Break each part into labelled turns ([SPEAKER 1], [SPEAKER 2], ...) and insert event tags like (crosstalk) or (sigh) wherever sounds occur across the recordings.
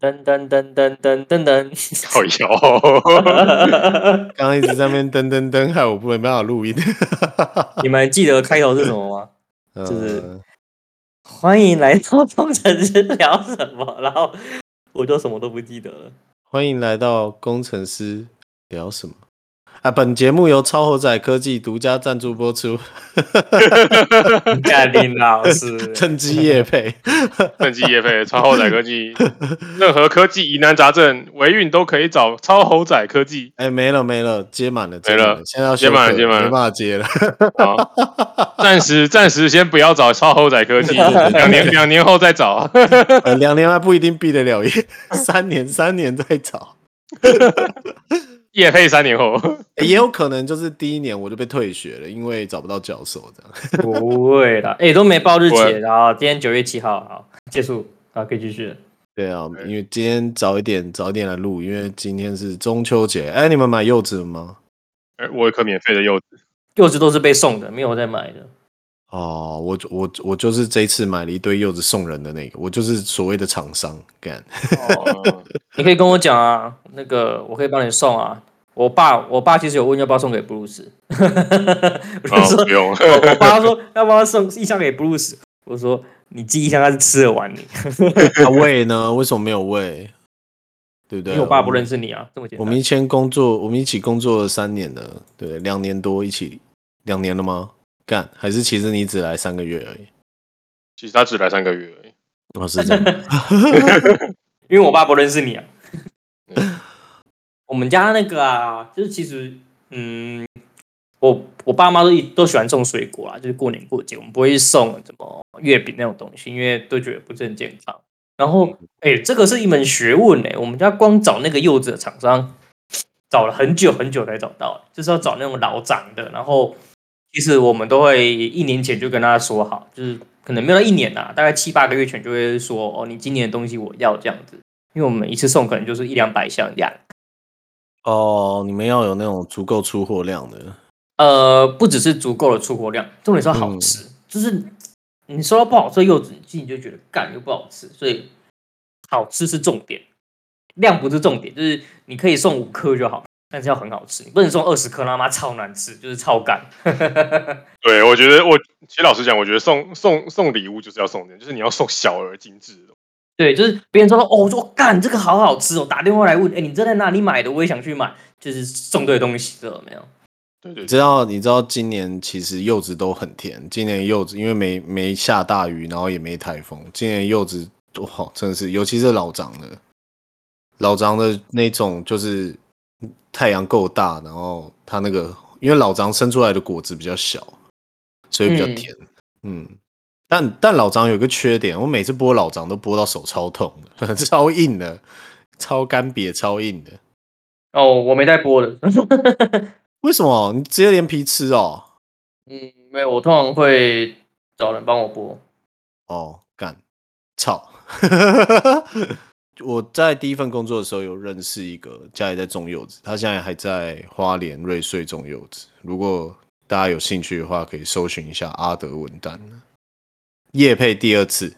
[SPEAKER 1] 噔噔噔噔噔噔噔，
[SPEAKER 2] 好哟，
[SPEAKER 3] 刚刚一直在那边噔噔噔，害我不没办法
[SPEAKER 2] (laughs)
[SPEAKER 3] 录音。
[SPEAKER 1] 你们记得开头是什么吗？
[SPEAKER 3] 就是
[SPEAKER 1] 欢迎来到工程师聊什么，然后我就什么都不记得了。
[SPEAKER 3] 欢迎来到工程师聊什么啊！本节目由超猴仔科技独家赞助播出，
[SPEAKER 1] 盖林老师，
[SPEAKER 3] 趁机夜配。 (laughs)
[SPEAKER 2] 趁机业配超猴仔科技，任何科技疑难杂症、维运都可以找超猴仔科技。
[SPEAKER 3] 哎，没了没了，接满了，接
[SPEAKER 2] 没
[SPEAKER 3] 满
[SPEAKER 2] 了
[SPEAKER 3] 了，现在要
[SPEAKER 2] 接满了
[SPEAKER 3] 休
[SPEAKER 2] 接
[SPEAKER 3] 克
[SPEAKER 2] 满了
[SPEAKER 3] 没办法接了。 (laughs)
[SPEAKER 2] 好，暂时暂时先不要找超猴仔科技，两年两年后再找。 (laughs)
[SPEAKER 3] 呃，两年还不一定毕得了业，三年三年再找，
[SPEAKER 2] 业配三年后，
[SPEAKER 3] 欸也有可能就是第一年我就被退学了，因为找不到教授这样。 (laughs)
[SPEAKER 1] 不会啦，哎、都没报日
[SPEAKER 2] 我
[SPEAKER 1] 期，然后今天九月七号，好结束，好可以继续了。
[SPEAKER 3] 对啊，因为今天早一点早一点来录，因为今天是中秋节。哎、你们买柚子了吗？
[SPEAKER 2] 哎我有颗免费的柚子，
[SPEAKER 1] 柚子都是被送的，没有在买的。
[SPEAKER 3] 哦，我我我就是这一次买了一堆柚子送人的那个，我就是所谓的厂商干。
[SPEAKER 2] (laughs)
[SPEAKER 3] (laughs) 啊
[SPEAKER 2] 哦，
[SPEAKER 1] 你可以跟我讲啊，那个我可以帮你送啊。我爸，我爸其实有问要不要送给布鲁斯， (laughs) 我就说
[SPEAKER 2] 哦
[SPEAKER 1] (laughs)
[SPEAKER 2] 不，用，
[SPEAKER 1] 我我爸说要不要送一箱给布鲁斯，我说你寄一箱他是吃得完你，
[SPEAKER 3] 那、喂呢？为什么没有喂？对不对？
[SPEAKER 1] 因为我爸不认
[SPEAKER 3] 识。
[SPEAKER 1] 识你啊，这么简
[SPEAKER 3] 我
[SPEAKER 1] 单。
[SPEAKER 3] 们以前工作，我们一起工作了三年了，对，两年多一起，两年了吗？干，还是其实你只来三个月而已？
[SPEAKER 2] 其实他只来三个月而已。
[SPEAKER 3] 哦，是这样。
[SPEAKER 1] 因为我爸不认识你啊。我们家那个啊，就是其实，嗯，我我爸妈都一都喜欢送水果啊，就是过年过节，我们不会送什么月饼那种东西，因为都觉得不是很健康。然后，哎、这个是一门学问哎、我们家光找那个柚子的厂商，找了很久很久才找到，就是要找那种老长的。然后，其实我们都会一年前就跟他说好，就是可能没有到一年啦、大概七八个月前就会说，哦，你今年的东西我要这样子，因为我们一次送可能就是一两百箱这样。
[SPEAKER 3] 哦，你们要有那种足够出货量的。
[SPEAKER 1] 呃，不只是足够的出货量，重点是要好
[SPEAKER 3] 嗯
[SPEAKER 1] 吃。就是你收到不好吃的柚子，你自己就觉得干又不好吃，所以好吃是重点，量不是重点。就是你可以送五颗就好，但是要很好吃，你不能送二十颗，他妈超难吃，就是超干。 (laughs)
[SPEAKER 2] 对，我觉得我其实老实讲，我觉得送送送礼物就是要送点，就是你要送小而精致的。
[SPEAKER 1] 对，就是别人说哦，我说哦干这个好好吃哦，打电话来问，哎，你这在哪里买的？我也想去买，就是送对东西了没有？
[SPEAKER 2] 对对
[SPEAKER 3] 你知道，你知道今年其实柚子都很甜。今年柚子因为没没下大雨，然后也没台风，今年柚子哇，真的是，尤其是老张的，老张的那种就是太阳够大，然后它那个因为老张生出来的果子比较小，所以比较
[SPEAKER 1] 嗯
[SPEAKER 3] 甜。嗯，但但老张有个缺点，我每次剥老张都剥到手超痛的， (laughs) 超硬的，超干瘪，超硬的。
[SPEAKER 1] 哦，我没带播的。 (laughs)
[SPEAKER 3] 为什么你直接连皮吃哦？
[SPEAKER 1] 嗯，没有，我通常会找人帮我播。
[SPEAKER 3] 哦，干，操！ (laughs) 我在第一份工作的时候有认识一个家里在种柚子，他现在还在花莲瑞穗种柚子。如果大家有兴趣的话，可以搜寻一下阿德文旦。叶配第二次，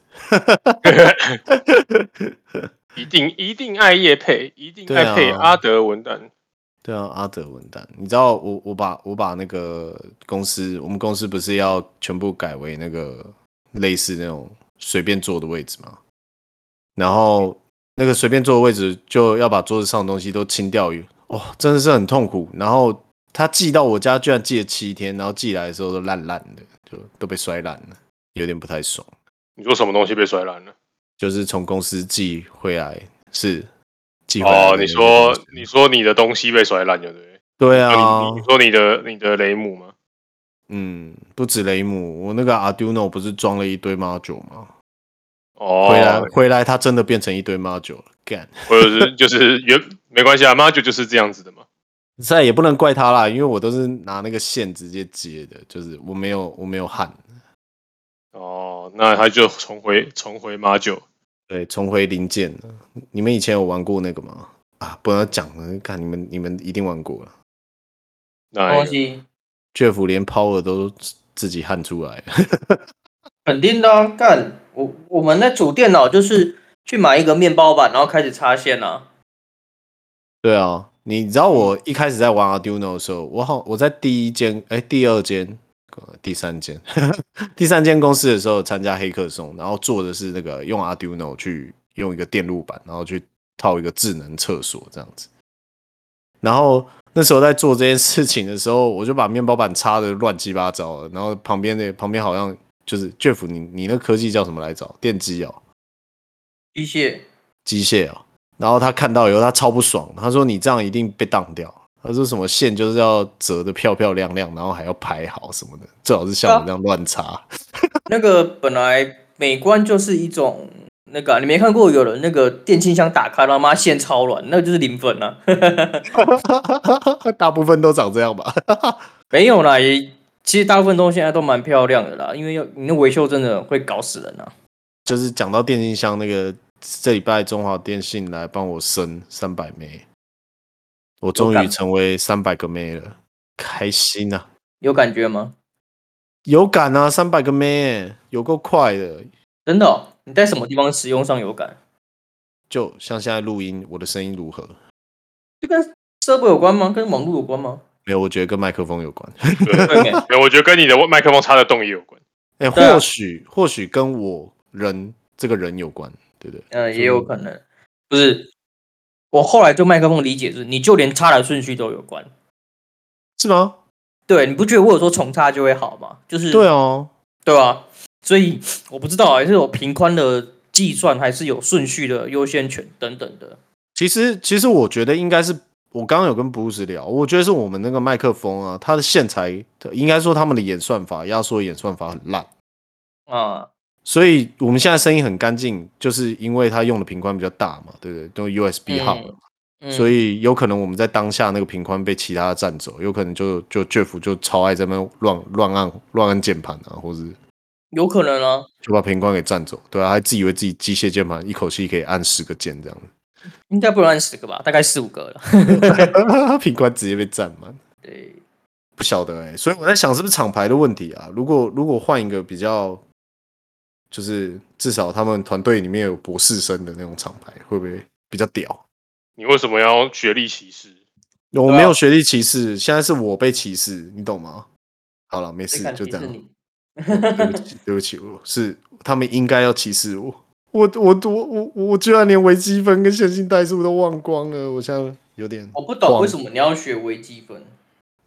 [SPEAKER 2] 一定一定爱叶配，一定
[SPEAKER 3] 对啊
[SPEAKER 2] 爱配阿德文旦。
[SPEAKER 3] 对啊，阿德文旦，你知道我我把我把那个公司，我们公司不是要全部改为那个类似那种随便坐的位置吗？然后那个随便坐的位置就要把桌子上的东西都清掉，哇、真的是很痛苦。然后他寄到我家，居然寄了七天，然后寄来的时候都烂烂的，就都被摔烂了，有点不太爽。
[SPEAKER 2] 你说什么东西被摔烂了？
[SPEAKER 3] 就是从公司寄回来是寄回来
[SPEAKER 2] 哦，
[SPEAKER 3] 的那个
[SPEAKER 2] 你说
[SPEAKER 3] 东西
[SPEAKER 2] 你说你的东西被摔烂，对不对？
[SPEAKER 3] 对
[SPEAKER 2] 啊
[SPEAKER 3] 啊，
[SPEAKER 2] 你你说你的你的雷姆吗？
[SPEAKER 3] 嗯，不止雷姆，我那个 Arduino 不是装了一堆 module 吗？
[SPEAKER 2] 哦，
[SPEAKER 3] 回来回来，它真的变成一堆 module 了，干， (laughs)
[SPEAKER 2] 或者是就是原 (laughs) 没关系啊，妈就就是这样子的嘛。
[SPEAKER 3] 这也不能怪它啦，因为我都是拿那个线直接接的，就是我没有我没有焊，
[SPEAKER 2] 哦，那他就重回重回马九，
[SPEAKER 3] 对，重回零件了。你们以前有玩过那个吗？啊，不能讲了，看你们你们一定玩过了。
[SPEAKER 2] 那
[SPEAKER 1] 东
[SPEAKER 2] 一个
[SPEAKER 1] 西
[SPEAKER 3] Jeff 连 Power 都自己焊出来，
[SPEAKER 1] 肯定的、啊，干我我们那组电脑就是去买一个面包板，然后开始插线啊。
[SPEAKER 3] 对啊，你知道我一开始在玩 Arduino 的时候，我好我在第一间哎、第二间。呃第三间， (laughs) 第三间公司的时候参加黑客松，然后做的是那个用 Arduino 去用一个电路板，然后去套一个智能厕所这样子。然后那时候在做这件事情的时候，我就把面包板插的乱七八糟的，然后旁边那旁边好像就是 Jeff，你你那科技叫什么来着？电机哦，
[SPEAKER 1] 机械
[SPEAKER 3] 机械哦。然后他看到以后，他超不爽，他说：“你这样一定被当掉。”他说：“什么线就是要折的漂漂亮亮，然后还要排好什么的，最好是像我这样乱插。 (laughs)
[SPEAKER 1] 那个本来美观就是一种那个啊、你没看过有人那个电信箱打开，他妈线超软，那个就是零分啊。 (laughs)
[SPEAKER 3] 大部分都长这样吧？
[SPEAKER 1] 没有啦，也其实大部分东西现在都蛮漂亮的啦，因为要你那维修真的会搞死人啊。
[SPEAKER 3] 就是讲到电信箱那个，这礼拜中华电信来帮我升三百枚，我终
[SPEAKER 1] 有
[SPEAKER 3] 于
[SPEAKER 1] 感
[SPEAKER 3] 成为三百个妹了，开心啊！
[SPEAKER 1] 有感觉吗？
[SPEAKER 3] 有感啊，三百个妹耶，有够快的。
[SPEAKER 1] 真的哦、你在什么地方使用上有感？
[SPEAKER 3] 就像现在录音，我的声音如何？
[SPEAKER 1] 就跟设备有关吗？跟网络有关吗？
[SPEAKER 3] 没有，我觉得跟麦克风有关。
[SPEAKER 2] 对，
[SPEAKER 1] 对没？
[SPEAKER 2] 没有我觉得跟你的麦克风插的洞也有关。
[SPEAKER 3] 哎、
[SPEAKER 1] 对啊
[SPEAKER 3] 或许或许跟我人这个人有关，对不对？
[SPEAKER 1] 嗯，也有可能。不是，我后来对麦克风理解是，你就连插的顺序都有关。
[SPEAKER 3] 是吗？
[SPEAKER 1] 对，你不觉得我有说重插就会好吗？就是
[SPEAKER 3] 对哦，
[SPEAKER 1] 对啊，所以我不知道啊还是有频宽的计算，还是有顺序的优先权等等的。
[SPEAKER 3] 其实其实我觉得应该是我刚刚有跟 Bruce 聊，我觉得是我们那个麦克风啊，它的线材应该说他们的演算法压缩演算法很烂，
[SPEAKER 1] 啊，
[SPEAKER 3] 所以我们现在声音很干净，就是因为它用的频宽比较大嘛，对不对？都 USB
[SPEAKER 1] 嗯
[SPEAKER 3] 号了，
[SPEAKER 1] 嗯
[SPEAKER 3] 所以有可能我们在当下那个频宽被其他的占走，有可能就就 Jeff 就超爱在那边乱乱按乱按键盘啊，或是
[SPEAKER 1] 有可能啊，
[SPEAKER 3] 就把平关给占走，对啊，还自以为自己机械键盘一口气可以按十个键这样 (laughs)
[SPEAKER 1] 应该不能按十个吧，大概四五个了。 (laughs)
[SPEAKER 3] 子，平关直接被占满，
[SPEAKER 1] 对，
[SPEAKER 3] 不晓得哎、所以我在想是不是厂牌的问题啊？如果如果换一个比较，就是至少他们团队里面有博士生的那种厂牌，会不会比较屌？
[SPEAKER 2] 你为什么要学历歧视？
[SPEAKER 3] 我没有学历歧视，现在是我被歧视，你懂吗？好了，没事，就这样。
[SPEAKER 1] 你
[SPEAKER 3] (laughs) 对不起，对不起，我是他们应该要歧视我。我我我我我居然连微积分跟线性代数都忘光了，我现在有点。
[SPEAKER 1] 我不懂
[SPEAKER 3] 忘
[SPEAKER 1] 为什么你要学微积分。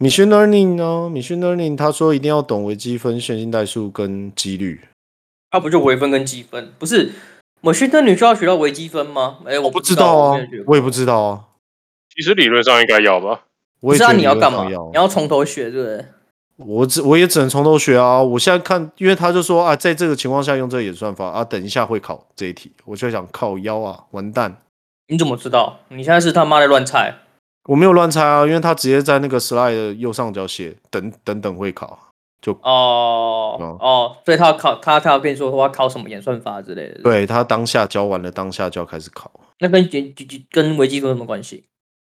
[SPEAKER 3] machine learning 呢？machine learning 他说一定要懂微积分、线性代数跟几率。
[SPEAKER 1] 啊，不就微分跟积分？不是，我去那你需要学到微积分吗？哎、我
[SPEAKER 3] 我不知
[SPEAKER 1] 道
[SPEAKER 3] 道啊
[SPEAKER 1] 没有学，过
[SPEAKER 3] 我也不知道啊，
[SPEAKER 2] 其实理论上应该要吧。
[SPEAKER 3] 我
[SPEAKER 1] 不
[SPEAKER 3] 也
[SPEAKER 1] 知
[SPEAKER 3] 觉
[SPEAKER 1] 道
[SPEAKER 3] 得
[SPEAKER 1] 你要
[SPEAKER 3] 理
[SPEAKER 1] 干
[SPEAKER 3] 论
[SPEAKER 1] 嘛，
[SPEAKER 3] 上
[SPEAKER 1] 你
[SPEAKER 3] 要
[SPEAKER 1] 要从头学，对不对？
[SPEAKER 3] 我只我也只能从头学啊！我现在看，因为他就说啊，在这个情况下用这个演算法啊，等一下会考这一题，我就想靠腰啊，完蛋！
[SPEAKER 1] 你怎么知道？你现在是他妈的乱猜。
[SPEAKER 3] 我没有乱猜啊，因为他直接在那个 slide 的右上角写等等等会考，就
[SPEAKER 1] 哦
[SPEAKER 3] 哦
[SPEAKER 1] 哦，所以他要考他他要跟你说他要考什么演算法之类的。，
[SPEAKER 3] 对他当下教完了，当下就要开始考
[SPEAKER 1] 那跟跟跟微积分有什么关系？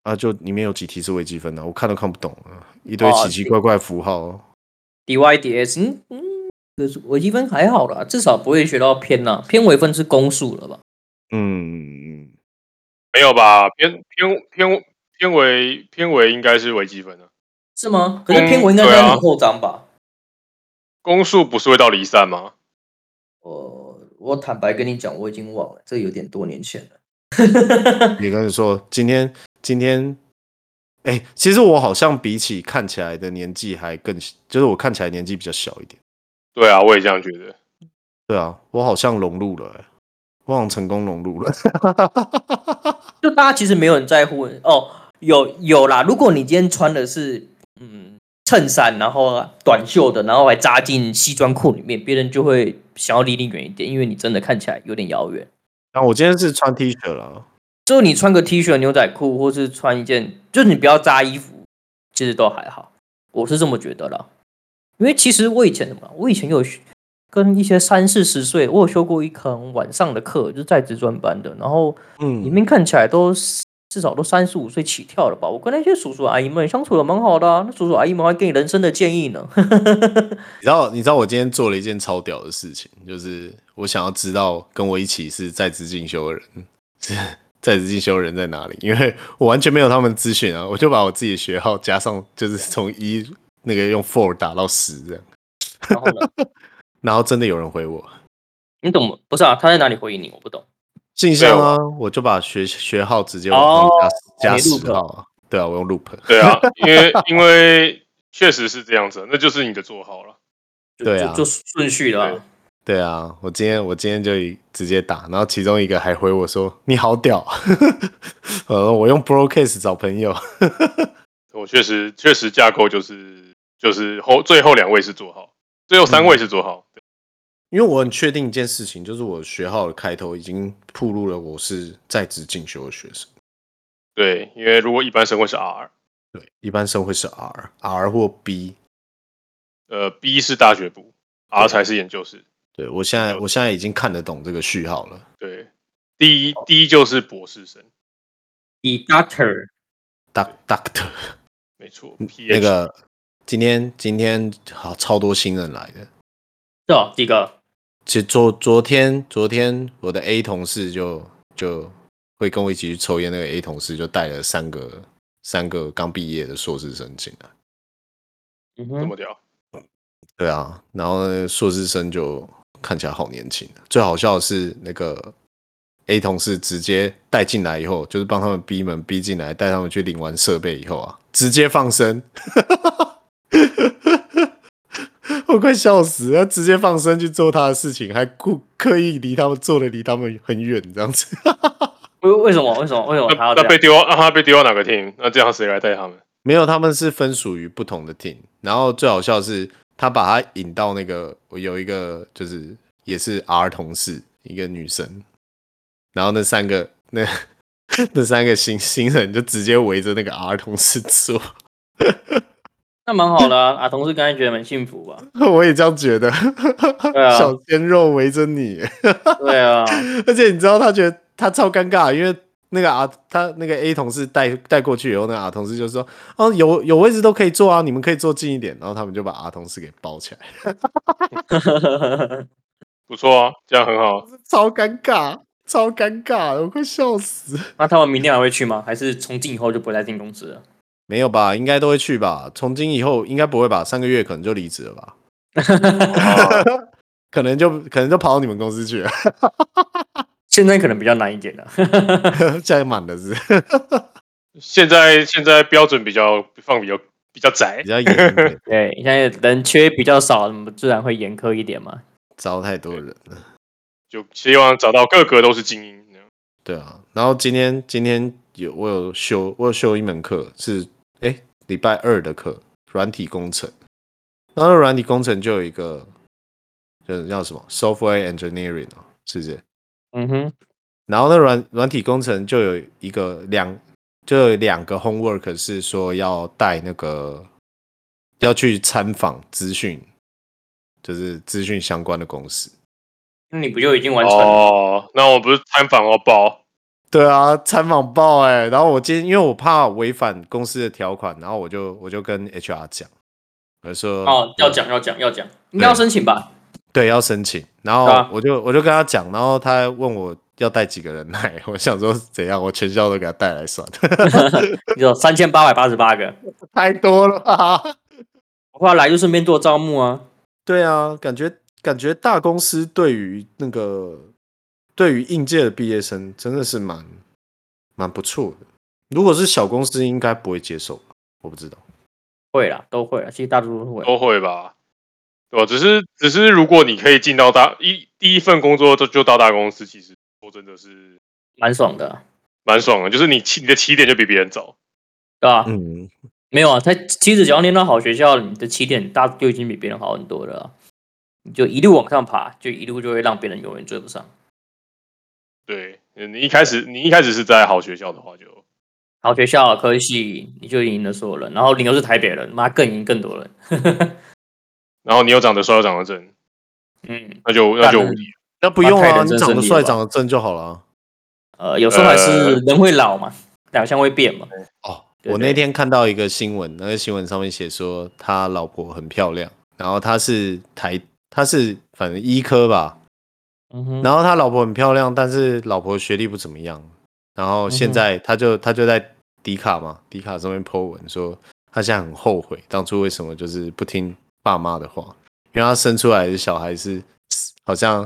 [SPEAKER 3] 啊，就里面有几题是微积分的、我看都看不懂啊，一堆
[SPEAKER 1] 哦
[SPEAKER 3] 奇奇怪怪符号。
[SPEAKER 1] dy dx，嗯嗯，可是微积分还好啦，至少不会学到偏啦、偏微分是公数了吧？
[SPEAKER 3] 嗯，
[SPEAKER 2] 没有吧？偏偏偏偏为偏为应该是微积分啊。
[SPEAKER 1] 是吗？可是
[SPEAKER 2] 嗯
[SPEAKER 1] 偏微应该
[SPEAKER 2] 对
[SPEAKER 1] 在
[SPEAKER 2] 啊
[SPEAKER 1] 很后章吧？
[SPEAKER 2] 公数不是会到离散吗？
[SPEAKER 1] 我哦我坦白跟你讲，我已经忘了，这有点多年前了。
[SPEAKER 3] 也跟你说，今天今天，哎、其实我好像比起看起来的年纪还更，就是我看起来年纪比较小一点。
[SPEAKER 2] 对啊，我也这样觉得。
[SPEAKER 3] 对啊，我好像融入了、欸我好像成功融入了。 (laughs)
[SPEAKER 1] 就大家其实没有人在乎哦，有有啦。如果你今天穿的是嗯衬衫，然后短袖的，然后还扎进西装裤里面，别人就会想要离你远一点，因为你真的看起来有点遥远。
[SPEAKER 3] 但我今天是穿 T 恤了，
[SPEAKER 1] 就你穿个 T 恤、牛仔裤，或是穿一件，就是你不要扎衣服，其实都还好。我是这么觉得啦，因为其实我以前怎么了，我以前有学跟一些三四十岁，我有修过一堂晚上的课，就是在职专班的，然后里
[SPEAKER 3] 嗯，
[SPEAKER 1] 面看起来都是至少都三十五岁起跳了吧？我跟那些叔叔阿姨们相处的蛮好的、啊，那叔叔阿姨们还给你人生的建议呢。 (laughs)
[SPEAKER 3] 你知道你知道我今天做了一件超屌的事情，就是我想要知道跟我一起是在职进修的人，是在职进修的人在哪里，因为我完全没有他们的资讯啊，我就把我自己的学号加上，就是从一那个用 four 打到十这样，
[SPEAKER 1] 然后呢，
[SPEAKER 3] 然后真的有人回我
[SPEAKER 1] 你懂吗？不是啊，他在哪里回应你？我不懂。
[SPEAKER 3] 信箱啊，我就把学学号直接往
[SPEAKER 1] 哦
[SPEAKER 3] 上加、加
[SPEAKER 1] 你 loop
[SPEAKER 3] 十号啊，对啊，我用 loop，
[SPEAKER 2] 对
[SPEAKER 3] (laughs)
[SPEAKER 2] 啊，因为因为确实是这样子，那就是你的做好了。
[SPEAKER 1] 就
[SPEAKER 3] 对啊
[SPEAKER 1] 就就顺序了啊、
[SPEAKER 3] 对啊，我今天我今天就直接打，然后其中一个还回我说你好屌，啊 (laughs) 呃，我用 broadcast 找朋友，
[SPEAKER 2] 我确实确实架构就是就是后最后两位是做好，最后三位是做好。
[SPEAKER 3] 因为我很确定一件事情，就是我学号的开头已经暴露了我是在职进修的学生，
[SPEAKER 2] 对，因为如果一般生会是 R，
[SPEAKER 3] 对，一般生会是 R R 或 B，
[SPEAKER 2] 呃，B 是大学部，R 才是研究室。
[SPEAKER 3] 对我现在我现在已经看得懂这个序号了，
[SPEAKER 2] 对，第一第一就是博士生，
[SPEAKER 1] 以 Doctor
[SPEAKER 3] d o Doctor。
[SPEAKER 2] 没错，P
[SPEAKER 3] 嗯 (laughs) 那个今天今天好超多新人来的，
[SPEAKER 1] 是哦，几个？
[SPEAKER 3] 其实昨昨天昨天我的 A 同事就就会跟我一起去抽烟，那个 A 同事就带了三个三个刚毕业的硕士生进来，
[SPEAKER 1] 嗯
[SPEAKER 2] 这
[SPEAKER 1] 哼，
[SPEAKER 2] 么屌，
[SPEAKER 3] 对啊，然后呢硕士生就看起来好年轻，啊最好笑的是那个 A 同事直接带进来以后，就是帮他们逼门逼进来，带他们去领完设备以后啊，直接放生。 (laughs) 我快笑死了！他直接放生去做他的事情，还故刻意离他们坐的离他们很远，这样子。
[SPEAKER 1] 为为什么？为什么？为什么嗯哦他
[SPEAKER 2] 那
[SPEAKER 1] 要这
[SPEAKER 2] 那
[SPEAKER 1] 样
[SPEAKER 2] 被？丢到，那他被丢到哪个 team？那这样谁来带他们？
[SPEAKER 3] 没有，他们是分属于不同的 team。然后最好笑的是，他把他引到那个，我有一个就是也是 R 同事，一个女生。然后那三个 (laughs) 那那三个新新人就直接围着那个 R 同事坐， (laughs)
[SPEAKER 1] 那蛮好的啊， (laughs) 啊同事刚才觉得蛮幸福
[SPEAKER 2] (laughs)
[SPEAKER 1] 吧？
[SPEAKER 3] 我也这样觉得。
[SPEAKER 1] 啊
[SPEAKER 3] 小鲜肉围着你，
[SPEAKER 1] 对啊， (laughs)
[SPEAKER 3] 而且你知道他觉得他超尴尬，因为那个 R 他那个 A 同事带带过去以后，那个 R 同事就说：“哦，有有位置都可以坐啊，你们可以坐近一点。”然后他们就把 R 同事给包起来。
[SPEAKER 2] 不错啊，这样
[SPEAKER 3] (laughs)
[SPEAKER 2] 很好。
[SPEAKER 3] 超尴尬，超尴尬，我快笑死。
[SPEAKER 1] 那他们明天还会去吗？还是从今以后就不会再进公司了？
[SPEAKER 3] 没有吧？应该都会去吧？从今以后应该不会吧？三个月可能就离职了吧？
[SPEAKER 2] 哇
[SPEAKER 3] 可能就可能就跑到你们公司去了， (laughs)
[SPEAKER 1] 现在可能比较难一点了。
[SPEAKER 3] 现在满的是 (laughs)
[SPEAKER 2] 现在现在标准比较放比较比较窄
[SPEAKER 3] 比，较严一点，
[SPEAKER 1] 对， (laughs) 现在人缺比较少，那么自然会严苛一点嘛。
[SPEAKER 3] 招太多人了。
[SPEAKER 2] 就希望找到各个都是精英。
[SPEAKER 3] 对啊，然后今天今天有我有修我有修一门课是哎礼拜二的课，软体工程。然后软体工程就有一个就是叫什么 software engineering 哦，是不是？
[SPEAKER 1] 嗯哼，
[SPEAKER 3] 然后那软软体工程就有一个两就有两个 homework 是说要带那个要去参访资讯，就是资讯相关的公司。
[SPEAKER 1] 那你不就已经完成了？
[SPEAKER 2] 哦，那我不是参访哦我包，
[SPEAKER 3] 对啊，参访报哎、然后我今天因为我怕违反公司的条款，然后我就我就跟 HR 讲，我说
[SPEAKER 1] 哦，要讲要讲要讲，应该要申请吧？
[SPEAKER 3] 对要申请，然
[SPEAKER 1] 对
[SPEAKER 3] 后
[SPEAKER 1] 啊
[SPEAKER 3] 我就我就跟他讲，然后他还问我要带几个人来，我想说怎样，我全校都给他带来算，
[SPEAKER 1] 你有三千八百八十八个，
[SPEAKER 3] 太多了吧。
[SPEAKER 1] 后来就顺便做招募啊。
[SPEAKER 3] 对啊，感觉感觉大公司对于那个对于应届的毕业生真的是蛮蛮不错的。如果是小公司，应该不会接受吧，我不知道。
[SPEAKER 1] 会啦，都会啦，其实大多数都会。
[SPEAKER 3] 哦
[SPEAKER 2] 都会吧？对吧？只是只是，如果你可以进到大一第一份工作就就到大公司，其实说真的是
[SPEAKER 1] 蛮爽的啊，
[SPEAKER 2] 蛮爽的，就是你起你的起点就比别人早。
[SPEAKER 1] 对吧、
[SPEAKER 3] 嗯，
[SPEAKER 1] 没有啊，他其实只要念到好学校，你的起点大就已经比别人好很多了啊、你就一路往上爬，就一路就会让别人永远追不上。
[SPEAKER 2] 对，你一开始你一开始是在好学校的话就，
[SPEAKER 1] 好学校、科系，你就赢了所有人，然后你又是台北人，妈更赢更多人。 (laughs)
[SPEAKER 2] 然后你又长得帅又长得正，
[SPEAKER 1] 嗯，
[SPEAKER 2] 那就那就无敌。
[SPEAKER 3] 那不用
[SPEAKER 1] 开
[SPEAKER 3] 啊，
[SPEAKER 1] 人
[SPEAKER 3] 你
[SPEAKER 1] 生
[SPEAKER 3] 长得
[SPEAKER 1] 胜利
[SPEAKER 3] 帅、
[SPEAKER 1] 了吧
[SPEAKER 3] 长得正就好了啊。
[SPEAKER 1] 呃，有时候还是人会老嘛，两项会变嘛。
[SPEAKER 3] 哦，
[SPEAKER 1] 对
[SPEAKER 3] 我
[SPEAKER 1] 对
[SPEAKER 3] 那天看到一个新闻，那个新闻上面写说他老婆很漂亮，然后他是台，他是反正医科吧，
[SPEAKER 1] 嗯哼，
[SPEAKER 3] 然后他老婆很漂亮，但是老婆学历不怎么样，然后现在他就、他就在迪卡嘛，迪卡上面 po 文说他现在很后悔当初为什么就是不听爸妈的话，因为他生出来的小孩是好像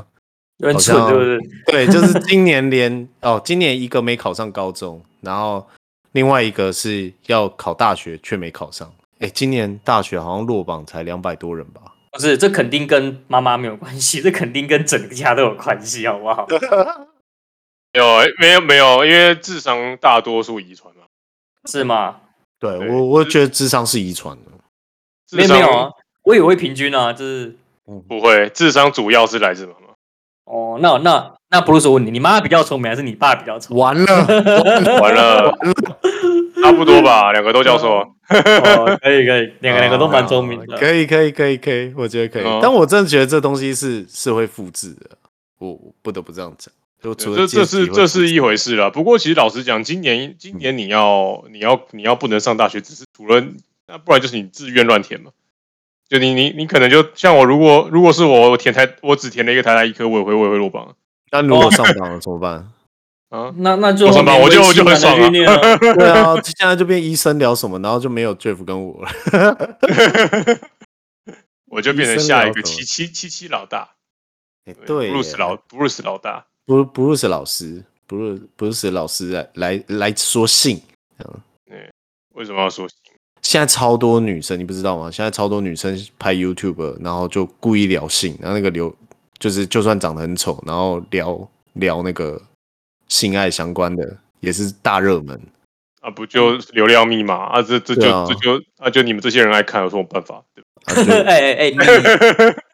[SPEAKER 1] 有点
[SPEAKER 3] 好
[SPEAKER 1] 蠢，
[SPEAKER 3] 像
[SPEAKER 1] 对不对？
[SPEAKER 3] 对，就是今年连哦，今年一个没考上高中，然后另外一个是要考大学却没考上。哎，今年大学好像落榜才两百多人吧？
[SPEAKER 1] 不是，这肯定跟妈妈没有关系，这肯定跟整家都有关系，好不好？
[SPEAKER 2] 没有哎没有没有，因为智商大多数遗传嘛，
[SPEAKER 1] 是吗？
[SPEAKER 3] 对
[SPEAKER 2] 对
[SPEAKER 3] 我，我觉得智商是遗传的。
[SPEAKER 2] 智
[SPEAKER 1] 没
[SPEAKER 2] 商
[SPEAKER 1] 没有啊，我以为会平均啊，就是
[SPEAKER 2] 不会，智商主要是来自妈妈。
[SPEAKER 1] 哦，那那那不是说问你，你妈比较聪明还是你爸比较聪明？
[SPEAKER 3] 完了，
[SPEAKER 2] 完了，差不多吧，两个都教授啊。
[SPEAKER 1] 哦，可以可以，两个两个都蛮聪明
[SPEAKER 2] 啊
[SPEAKER 1] 的。
[SPEAKER 3] 可以，可以，可以，可以，我觉得可以。
[SPEAKER 2] 嗯
[SPEAKER 3] 但我真的觉得这东西是是会复制的，我我不得不这样讲。就除了
[SPEAKER 2] 这
[SPEAKER 3] 阶
[SPEAKER 2] 这
[SPEAKER 3] 级
[SPEAKER 2] 是
[SPEAKER 3] 会
[SPEAKER 2] 这
[SPEAKER 3] 复
[SPEAKER 2] 是
[SPEAKER 3] 制
[SPEAKER 2] 一回事啦。不过其实老实讲，今年今年你要你要你要不能上大学，只是除了那不然就是你自愿乱填嘛。就你你你可能就像我，如果如果是我，我填台我只填了一个台大医科，我也会我也会落榜
[SPEAKER 3] 那如果上榜了怎么
[SPEAKER 2] (laughs)
[SPEAKER 3] 办？
[SPEAKER 2] 啊。
[SPEAKER 1] 那那就
[SPEAKER 2] 我什么我就我就很爽啊
[SPEAKER 1] 了。
[SPEAKER 2] (laughs)
[SPEAKER 3] 对啊，现在就变医生聊什么，然后就没有 Jeff 跟我
[SPEAKER 2] (laughs)
[SPEAKER 3] 了。
[SPEAKER 2] 我就变成下一个
[SPEAKER 3] 医生聊什么
[SPEAKER 2] 七七七七老大，
[SPEAKER 3] 哎对耶，
[SPEAKER 2] 布鲁斯老布鲁斯老大，
[SPEAKER 3] 不不如是老师，不如不是老师来来来说信。
[SPEAKER 2] 为什么要说
[SPEAKER 3] 现在超多女生，你不知道吗？现在超多女生拍 YouTube，然后就故意聊性，然后那个流就是就算长得很丑，然后聊聊那个性爱相关的也是大热门。
[SPEAKER 2] 啊？不就流量密码啊？这这
[SPEAKER 3] 对
[SPEAKER 2] 就、
[SPEAKER 3] 啊
[SPEAKER 2] 这就啊就你们这些人爱看，有什么办法？对吧
[SPEAKER 3] 啊
[SPEAKER 1] 哎哎
[SPEAKER 2] (laughs)
[SPEAKER 1] 哎，你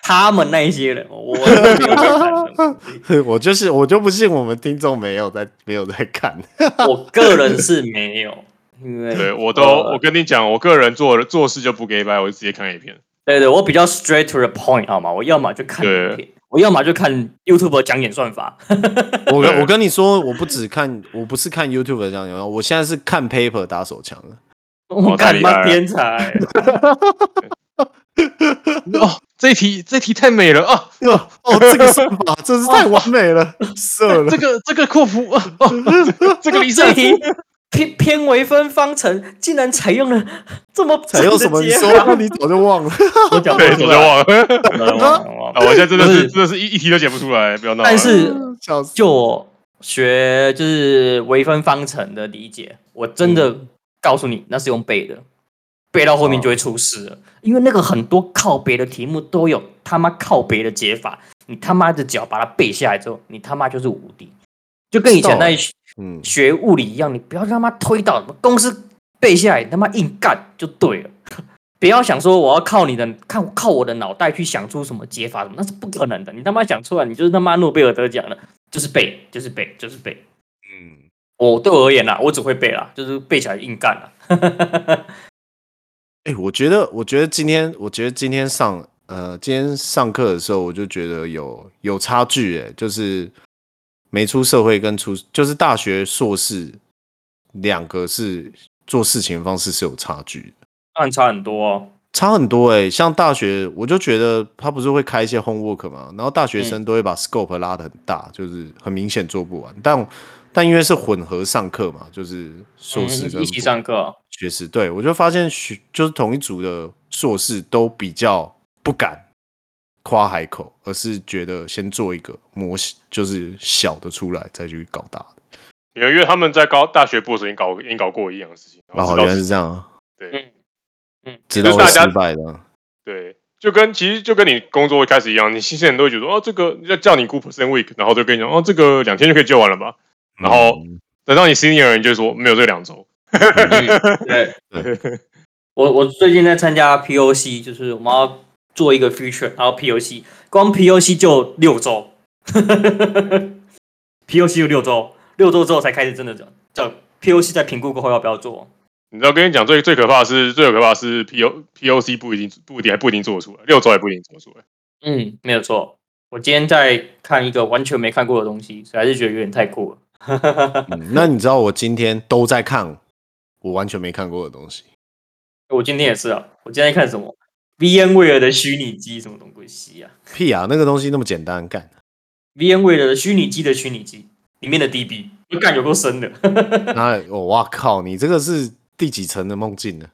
[SPEAKER 1] 他们那一些人，我我没有在
[SPEAKER 2] (laughs)
[SPEAKER 1] 看的
[SPEAKER 3] 就 (laughs) 我就是我就不信我们听众没有在没有在看。
[SPEAKER 1] 我个人是没有，因为
[SPEAKER 2] 对我都、
[SPEAKER 1] 呃
[SPEAKER 2] 我跟你讲，我个人做做事就不给白，我就直接看 A 片。
[SPEAKER 1] 对对，我比较 straight to the point 好吗？我要么就看
[SPEAKER 2] 对
[SPEAKER 1] 影片，我要么就看 YouTube 讲演算法。
[SPEAKER 3] 我
[SPEAKER 2] 对
[SPEAKER 3] 跟我跟你说，我不只看，我不是看 YouTube 这样有，我现在是看 paper 打手枪的。
[SPEAKER 1] 我
[SPEAKER 2] 太
[SPEAKER 1] 干
[SPEAKER 2] 哦厉害
[SPEAKER 1] 妈
[SPEAKER 2] 了 (laughs)
[SPEAKER 1] 天才，
[SPEAKER 2] (laughs) 哦，这一题这一题太美了啊！
[SPEAKER 3] 哦，哦这个算法真是太完美了，射了
[SPEAKER 2] 这。个这个拓扑啊，哦这个离
[SPEAKER 1] 这
[SPEAKER 2] 散
[SPEAKER 1] 题偏偏微分方程竟然采用了这么
[SPEAKER 3] 采用什么？你说
[SPEAKER 1] (laughs)
[SPEAKER 3] 啊，你早就忘了。 (laughs)
[SPEAKER 1] 我讲不
[SPEAKER 2] (laughs) 对，
[SPEAKER 1] 出
[SPEAKER 2] 我就
[SPEAKER 1] 来。
[SPEAKER 2] 忘了。 (laughs) 啊，我现在真的
[SPEAKER 1] 不
[SPEAKER 2] 是
[SPEAKER 1] 是
[SPEAKER 2] 真的是一一题都解不出来，不要闹了。
[SPEAKER 1] 但是
[SPEAKER 3] 笑死。
[SPEAKER 1] 就我学就是微分方程的理解，我真的
[SPEAKER 2] 嗯
[SPEAKER 1] 告诉你，那是用背的，背到后面就会出事
[SPEAKER 2] 嗯
[SPEAKER 1] 了。因为那个很多靠背的题目都有他妈靠背的解法，你他妈的只要把它背下来之后，你他妈就是无敌。就跟以前在学
[SPEAKER 3] 嗯，
[SPEAKER 1] 学物理一样，你不要他妈推导，什么公式背下来，你他妈硬干就对了。 (laughs) 不要想说我要靠你的，靠靠我的脑袋去想出什么解法什么，那是不可能的。你他妈想出来，你就是他妈诺贝尔得奖了，就是背，就是背，就是背。
[SPEAKER 3] 嗯，
[SPEAKER 1] 我对我而言啦，啊我只会背啦，就是背起来硬干啊 (laughs) 啦。
[SPEAKER 3] 哎、我觉得，我觉得今天，我觉得今天上，呃，今天上课的时候，我就觉得有有差距、哎，就是没出社会跟出，就是大学硕士两个是做事情的方式是有差距的。
[SPEAKER 1] 暗差很多哦。
[SPEAKER 3] 差很多哎、像大学我就觉得他不是会开一些 homework 嘛，然后大学
[SPEAKER 1] 嗯
[SPEAKER 3] 生都会把 scope 拉得很大，就是很明显做不完。但但因为是混合上课嘛，就是硕士
[SPEAKER 1] 嗯
[SPEAKER 3] 跟
[SPEAKER 1] 一起上课，
[SPEAKER 3] 学士，对我就发现学就是同一组的硕士都比较不敢夸海口，而是觉得先做一个模型，就是小的出来再去搞大的。
[SPEAKER 2] 因为他们在高大学部的时候已经搞已经搞过一样的事情，然
[SPEAKER 3] 哦，
[SPEAKER 2] 后知道
[SPEAKER 3] 原来是这样啊，
[SPEAKER 2] 对
[SPEAKER 1] 嗯嗯，
[SPEAKER 3] 知道
[SPEAKER 2] 就
[SPEAKER 3] 会
[SPEAKER 2] 大
[SPEAKER 3] 失
[SPEAKER 2] 家
[SPEAKER 3] 败的啊。
[SPEAKER 2] 对，就跟其实就跟你工作一开始一样，你新鲜人都会觉得哦，这个要叫你 good percent week，然后就跟你讲哦，这个两天就可以救完了吧？然后
[SPEAKER 3] 嗯
[SPEAKER 2] 等到你 senior 人就说没有这两周，
[SPEAKER 1] 对，
[SPEAKER 3] 对
[SPEAKER 1] (laughs) 我我最近在参加 POC，就是我们要做一个 feature，然后 POC，光 POC 就六周 (laughs) ，POC 就六周，六周之后才开始真的讲叫 POC 在评估过后要不要做。
[SPEAKER 2] 你知道，跟你讲最最可怕的是，最可怕的是 P O P O C 不一定不一定还不一定做得出来，六周也不一定做得出来。
[SPEAKER 1] 嗯，没有错。我今天在看一个完全没看过的东西，所以还是觉得有点太酷了。 (laughs)
[SPEAKER 3] 嗯那你知道我今天都在看我完全没看过的东西，
[SPEAKER 1] 我今天也是啊，我今天在看什么 VMware 的虚拟机什么东鬼西啊
[SPEAKER 3] 屁啊，那个东西那么简单干。
[SPEAKER 1] ，VMware 的虚拟机的虚拟机里面的 DB，我干有够深的。 (laughs)
[SPEAKER 3] 那我哇靠，你这个是第几层的梦境呢？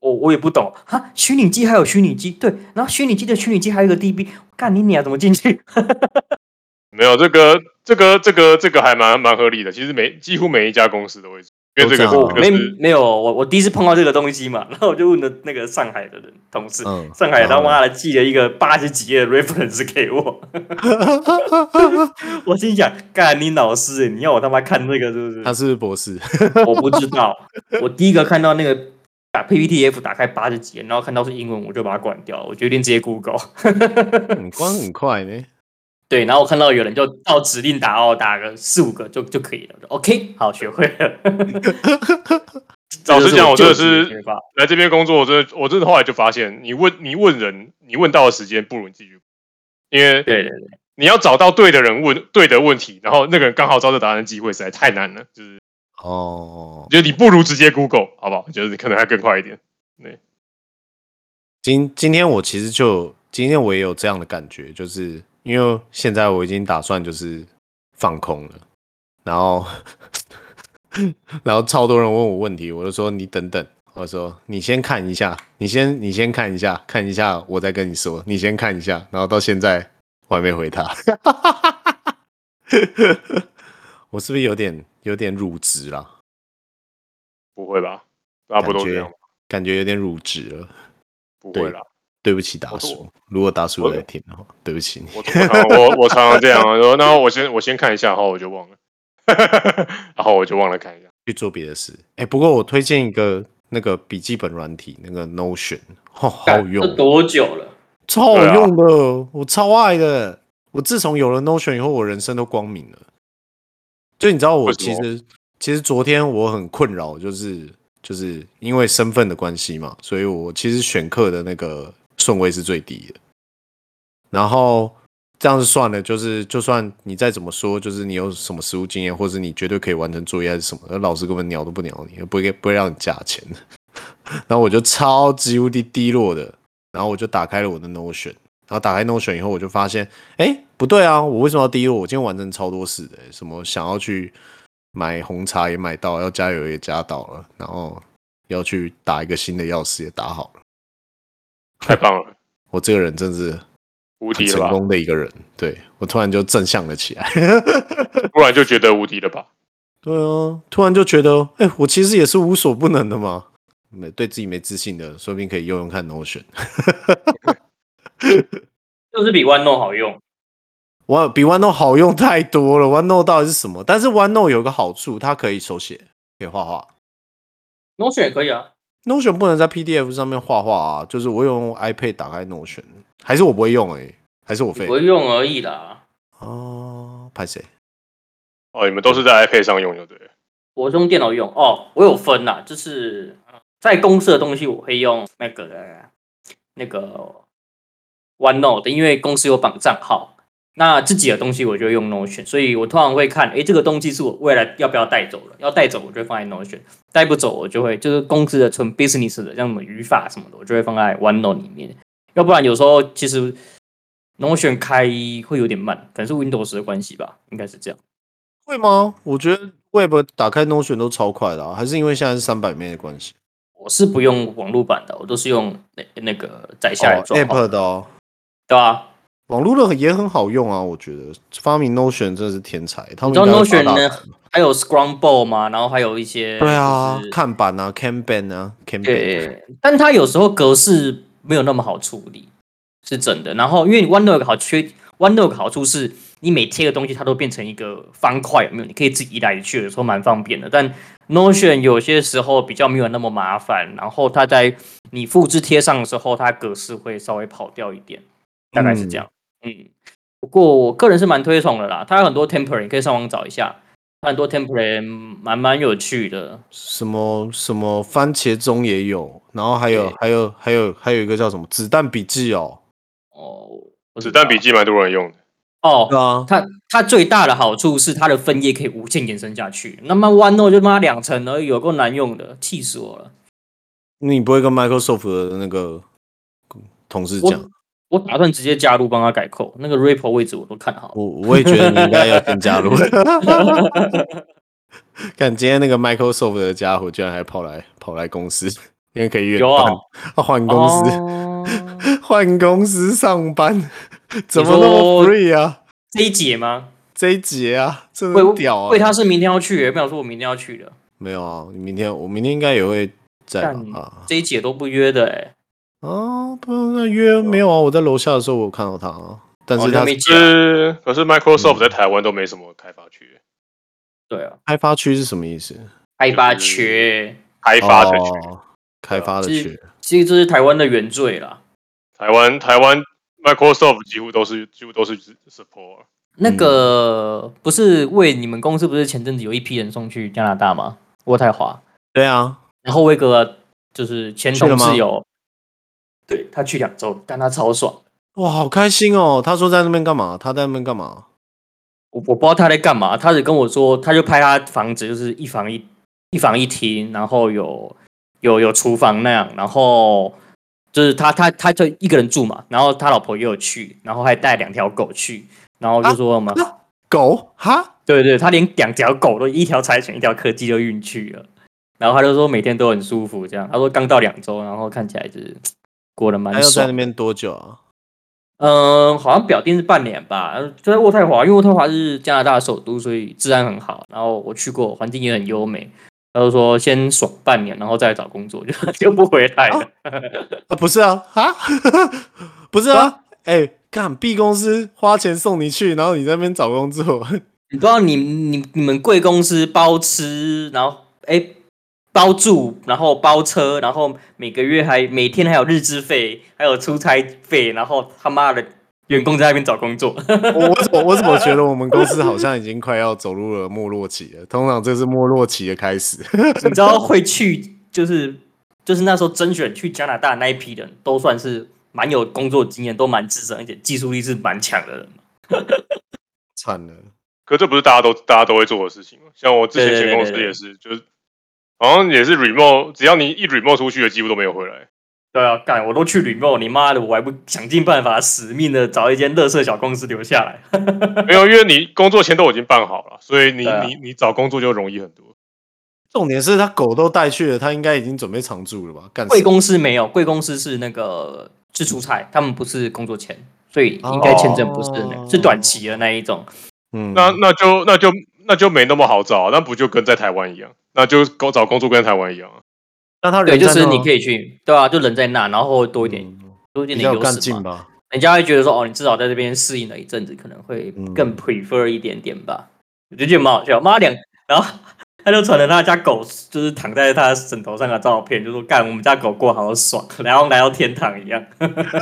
[SPEAKER 1] 我我也不懂哈，虚拟机还有虚拟机，对，然后虚拟机的虚拟机还有一个 DB，干你娘怎么进去？ (laughs)
[SPEAKER 2] 没有这个这个这个这个还蛮蛮合理的，其实每几乎每一家公司都会做，因为这
[SPEAKER 3] 都
[SPEAKER 2] 个是
[SPEAKER 3] 这
[SPEAKER 1] 我
[SPEAKER 3] 样啊
[SPEAKER 2] 这个
[SPEAKER 1] 没
[SPEAKER 2] 是
[SPEAKER 1] 没有，我我第一次碰到这个东西嘛，然 (laughs) 后我就问了那个上海的人同事，
[SPEAKER 3] 嗯啊
[SPEAKER 1] 上海他
[SPEAKER 3] 然后呢
[SPEAKER 1] 妈的寄了一个八十几页的 reference 给我， (laughs) 我心想，干你老师，欸你要我他妈看这个是不
[SPEAKER 3] 他
[SPEAKER 1] 是？
[SPEAKER 3] 是不是博士？ (laughs)
[SPEAKER 1] (laughs) 我不知道，我第一个看到那个打 PPTF 打开八十几页，然后看到是英文，我就把它关掉了，我决定直接 Google。 (laughs)
[SPEAKER 3] 很光很快呢。
[SPEAKER 1] 对，然后我看到有人就照指令打哦，打个四五个就就可以了。我就 OK，好，学会了。
[SPEAKER 2] 老实讲我真
[SPEAKER 1] 这
[SPEAKER 2] 的是
[SPEAKER 1] 就是我就职的学法
[SPEAKER 2] 来这边工作，我真的我真的后来就发现，你问你问人，你问到的时间不如你自己去问，因为
[SPEAKER 1] 对对对，
[SPEAKER 2] 你要找到对的人问对的问题，然后那个人刚好找到答案的机会实在太难了，就是
[SPEAKER 3] 哦，
[SPEAKER 2] 就是你不如直接 Google 好不好？就是可能还更快一点。
[SPEAKER 3] 今今天我其实就今天我也有这样的感觉，就是因为现在我已经打算就是放空了，然后 (laughs) 然后超多人问我问题，我就说你等等，我说你先看一下，你先你先看一下，看一下我再跟你说，你先看一下，然后到现在我还没回他， (laughs) 我是不是有点有点入职啦？
[SPEAKER 2] 不会吧？大家不都这样吗？
[SPEAKER 3] 感觉有点入职了，
[SPEAKER 2] 不会啦，
[SPEAKER 3] 对不起达
[SPEAKER 2] 我都
[SPEAKER 3] 叔，如果达叔有
[SPEAKER 2] 我
[SPEAKER 3] 在听的话，对不起你。
[SPEAKER 2] 我我常我我常常这样啊，说那我先我先看一下，然后我就忘了，然后我就忘了看一下。
[SPEAKER 3] 去做别的事。哎、不过我推荐一个那个笔记本软体，那个 Notion，哦，好
[SPEAKER 1] 干
[SPEAKER 3] 用
[SPEAKER 1] 这，多久了？
[SPEAKER 3] 超好
[SPEAKER 2] 对啊
[SPEAKER 3] 用的，我超爱的。我自从有了 Notion 以后，我人生都光明了。就你知道，我
[SPEAKER 2] 为什
[SPEAKER 3] 其
[SPEAKER 2] 么
[SPEAKER 3] 实其实昨天我很困扰，就是就是因为身份的关系嘛，所以我其实选课的那个顺位是最低的。然后这样子算了，就是就算你再怎么说，就是你有什么实务经验，或者你绝对可以完成作业还是什么，那老师根本鸟都不鸟你，不会不会让你加钱。 (laughs) 然后我就超级无敌低落的，然后我就打开了我的 Notion，然后打开 Notion 以后，我就发现，哎，不对啊，我为什么要低落？我今天完成超多事的，什么想要去买红茶也买到，要加油也加到了，然后要去打一个新的钥匙也打好了。
[SPEAKER 2] 太棒了，
[SPEAKER 3] 我这个人真是
[SPEAKER 2] 无
[SPEAKER 3] 很
[SPEAKER 2] 敌了
[SPEAKER 3] 成
[SPEAKER 2] 吧？
[SPEAKER 3] 功的一个人，对我突然就正向了起
[SPEAKER 2] (laughs)
[SPEAKER 3] 来。
[SPEAKER 2] 不然就觉得无敌了吧？
[SPEAKER 3] 对啊，突然就觉得，哎、我其实也是无所不能的嘛。没对自己没自信的，说不定可以用用看 Notion。 (laughs)
[SPEAKER 1] 就是比 OneNote 好用。
[SPEAKER 3] 哇，比 OneNote 好用太多了。OneNote 到底是什么？但是 OneNote 有个好处，它可以手写，可以画画。
[SPEAKER 1] Notion 也可以啊，
[SPEAKER 3] Notion 不能在 PDF 上面画画啊，就是我用 iPad 打开 Notion，还是我不会用哎、还是我
[SPEAKER 1] 你
[SPEAKER 3] 废
[SPEAKER 1] 不会用而已啦。
[SPEAKER 3] 哦，拍谁？
[SPEAKER 2] 哦，你们都是在 iPad 上用就对了。
[SPEAKER 1] 我是用电脑用哦，我有分啦，就是呃在公司的东西我会用那个那个 OneNote，因为公司有绑账号。那自己的东西我就会用 Notion，所以我通常会看，诶，这个东西是我未来要不要带走了？要带走我就会放在 Notion，带不走我就会就是公司的纯 business 的，像什么语法什么的，我就会放在 OneNote 里面。要不然有时候其实 Notion 开会有点慢，可能是 Windows 的关系吧，应该是这样。
[SPEAKER 3] 会吗？我觉得 Web 打开 Notion 都超快的、啊，还是因为现在是三百面的关系？
[SPEAKER 1] 我是不用网络版的，我都是用那那个在
[SPEAKER 3] 哦
[SPEAKER 1] 下啊来装好、
[SPEAKER 3] ，App 的哦，
[SPEAKER 1] 对啊，
[SPEAKER 3] 网络的也很好用啊。我觉得发明 Notion 真的是天才，他们
[SPEAKER 1] 你知道
[SPEAKER 3] 应该会发
[SPEAKER 1] Notion
[SPEAKER 3] 大
[SPEAKER 1] 呢，还有 Scramble 嘛，然后还有一些
[SPEAKER 3] 对啊
[SPEAKER 1] 就，是
[SPEAKER 3] 看板啊，Kanban 啊，Kanban，
[SPEAKER 1] 对，但它有时候格式没有那么好处理，是真的。然后因为 OneNote 有个好缺，OneNote 有个好处是你每贴个东西，它都变成一个方块，有没有？你可以自己移来移去，有时候蛮方便的。但 Notion 有些时候比较没有那么麻烦，然后它在你复制贴上的时候，它格式会稍微跑掉一点，大概是这样。嗯不过我个人是蛮推崇的啦，它有很多 template，你可以上网找一下，它很多 template 蛮蛮有趣的。
[SPEAKER 3] 什么什么番茄钟也有，然后还有
[SPEAKER 1] 对
[SPEAKER 3] 还有还有还有一个叫什么子弹笔记哦，
[SPEAKER 1] 哦，不知
[SPEAKER 2] 子弹
[SPEAKER 1] 道
[SPEAKER 2] 笔记蛮多人用的，
[SPEAKER 1] 哦，
[SPEAKER 3] 对啊，
[SPEAKER 1] 它它最大的好处是它的分页可以无限延伸下去。那么 OneNote 就妈两层而已，有够难用的，气死我了！
[SPEAKER 3] 你不会跟 Microsoft 的那个同事
[SPEAKER 1] 我
[SPEAKER 3] 讲，
[SPEAKER 1] 我打算直接加入帮他改扣，那个 Ripple 位置我都看好了。
[SPEAKER 3] 我我也觉得你应该要先
[SPEAKER 1] (laughs)
[SPEAKER 3] 加入。看今天那个 Microsoft 的家伙居然还跑来跑来公司，因为可以远
[SPEAKER 1] 有啊
[SPEAKER 3] 端，他换公司
[SPEAKER 1] 哦、
[SPEAKER 3] 换公司上班，怎么那
[SPEAKER 1] 说
[SPEAKER 3] 么 free 啊？
[SPEAKER 1] 这一节吗？
[SPEAKER 3] 这一节啊，真
[SPEAKER 1] 为
[SPEAKER 3] 的屌啊！
[SPEAKER 1] 为他是明天要去，也不想说我明天要去的。
[SPEAKER 3] 没有啊，明天我明天应该也会在吧
[SPEAKER 1] 干
[SPEAKER 3] 啊
[SPEAKER 1] 这一节都不约的哎、
[SPEAKER 3] 啊，不那约没有啊，我在楼下的时候我有看到他啊，但
[SPEAKER 1] 哦
[SPEAKER 3] 是
[SPEAKER 1] 你还
[SPEAKER 3] 他
[SPEAKER 1] 没
[SPEAKER 2] 可
[SPEAKER 1] 接。
[SPEAKER 2] 是可是 Microsoft 在台湾都没什么开发区，
[SPEAKER 1] 对啊，
[SPEAKER 3] 开发区是什么意思？
[SPEAKER 1] 开发缺，
[SPEAKER 2] 开
[SPEAKER 3] 开
[SPEAKER 2] 发的
[SPEAKER 3] 哦
[SPEAKER 2] 区。
[SPEAKER 3] 开发的
[SPEAKER 1] 是
[SPEAKER 3] 区，
[SPEAKER 1] 其实这是台湾的原罪啦。
[SPEAKER 2] 台湾台湾 Microsoft 几乎都是几乎都是 support，
[SPEAKER 1] 那
[SPEAKER 3] 嗯
[SPEAKER 1] 个、不是为你们公司不是前阵子有一批人送去加拿大吗？渥太华。
[SPEAKER 3] 对啊，
[SPEAKER 1] 然后威格就是前
[SPEAKER 3] 去了
[SPEAKER 1] 同
[SPEAKER 3] 吗
[SPEAKER 1] 事有，对他去两周，但他超爽。
[SPEAKER 3] 哇，好开心哦！他说在那边干嘛？他在那边干嘛？
[SPEAKER 1] 我我不知道他在干嘛，他只跟我说，他就拍他房子，就是一房一一房一厅，然后有有有厨房那样，然后就是他他他就一个人住嘛，然后他老婆也有去，然后还带两条狗去，然后就说我们、
[SPEAKER 3] 啊狗哈？
[SPEAKER 1] 对对，他连两条狗都一条柴犬一条柯基就运去了，然后他就说每天都很舒服这样，他说刚到两周，然后看起来就是过得蛮
[SPEAKER 3] 他要
[SPEAKER 1] 爽
[SPEAKER 3] 在
[SPEAKER 1] 的
[SPEAKER 3] 那。边多久啊？
[SPEAKER 1] 嗯，好像表定是半年吧，呃就在渥太华，因为渥太华是加拿大的首都，所以治安很好。然后我去过，环境也很优美。他就说先爽半年，然后再来找工作，就 (laughs) 就不回来了。
[SPEAKER 3] 啊，不是啊，哈， (laughs) 不是啊，哎、干 B 公司花钱送你去，然后你在那边找工作，
[SPEAKER 1] (laughs)
[SPEAKER 3] (laughs)
[SPEAKER 1] 你不知道你你你们贵公司包吃，然后哎、包住，然后包车，然后每个月还每天还有日资费，还有出差费，然后他妈的员工在那边找工作。
[SPEAKER 3] 我我怎么我怎么觉得我们公司好像已经快要走入了没落期了？通常这是没落期的开始。 (laughs)
[SPEAKER 1] 你知道会去就是就是那时候甄选去加拿大那一批人都算是蛮有工作经验，都蛮资深，而且技术力是蛮强的人嘛。
[SPEAKER 3] 惨了，
[SPEAKER 2] 可这不是大家都大家都会做的事情吗像我之前
[SPEAKER 1] 对对对
[SPEAKER 2] 前公司
[SPEAKER 1] 对对
[SPEAKER 2] 也是，就是好像也是 remote，只要你一 remote 出去的，几乎都没有回来。
[SPEAKER 1] 对啊，干我都去 remote，你妈的，我还不想尽办法死命的找一间乐色小公司留
[SPEAKER 3] (laughs)
[SPEAKER 1] 下来。
[SPEAKER 2] (laughs) 没有，因为你工作前都已经办好了，所以你、
[SPEAKER 1] 对啊
[SPEAKER 2] 你你找工作就容易很多。
[SPEAKER 3] 重点是他狗都带去了，他应该已经准备常住了吧？干
[SPEAKER 1] 贵
[SPEAKER 3] 死
[SPEAKER 1] 公司没有，贵公司是那个是出差，他们不是工作签，所以应该签证不是那个、
[SPEAKER 3] 哦
[SPEAKER 1] 是短期的那一种。
[SPEAKER 3] 嗯，
[SPEAKER 1] 啊
[SPEAKER 2] 那那就那就那就没那么好找啊，那不就跟在台湾一样？那就工找工作跟台湾一样啊。
[SPEAKER 3] 那他
[SPEAKER 1] 对，就是你可
[SPEAKER 3] 以
[SPEAKER 1] 以去，对啊，就人在那，然后多一点、多一点
[SPEAKER 3] 比
[SPEAKER 1] 点
[SPEAKER 3] 较有
[SPEAKER 1] 优
[SPEAKER 3] 干
[SPEAKER 1] 势嘛
[SPEAKER 3] 劲。吧？
[SPEAKER 1] 人家会觉得说，哦，你至少在这边适应了一阵子，可能会
[SPEAKER 3] 嗯
[SPEAKER 1] 更 prefer 一点点吧。我就觉得蛮好笑，妈两， (laughs) 然后他就传了他家狗，就是躺在他枕头上的照片，就说干，我们家狗过好爽，然后来到天堂一样。 (laughs)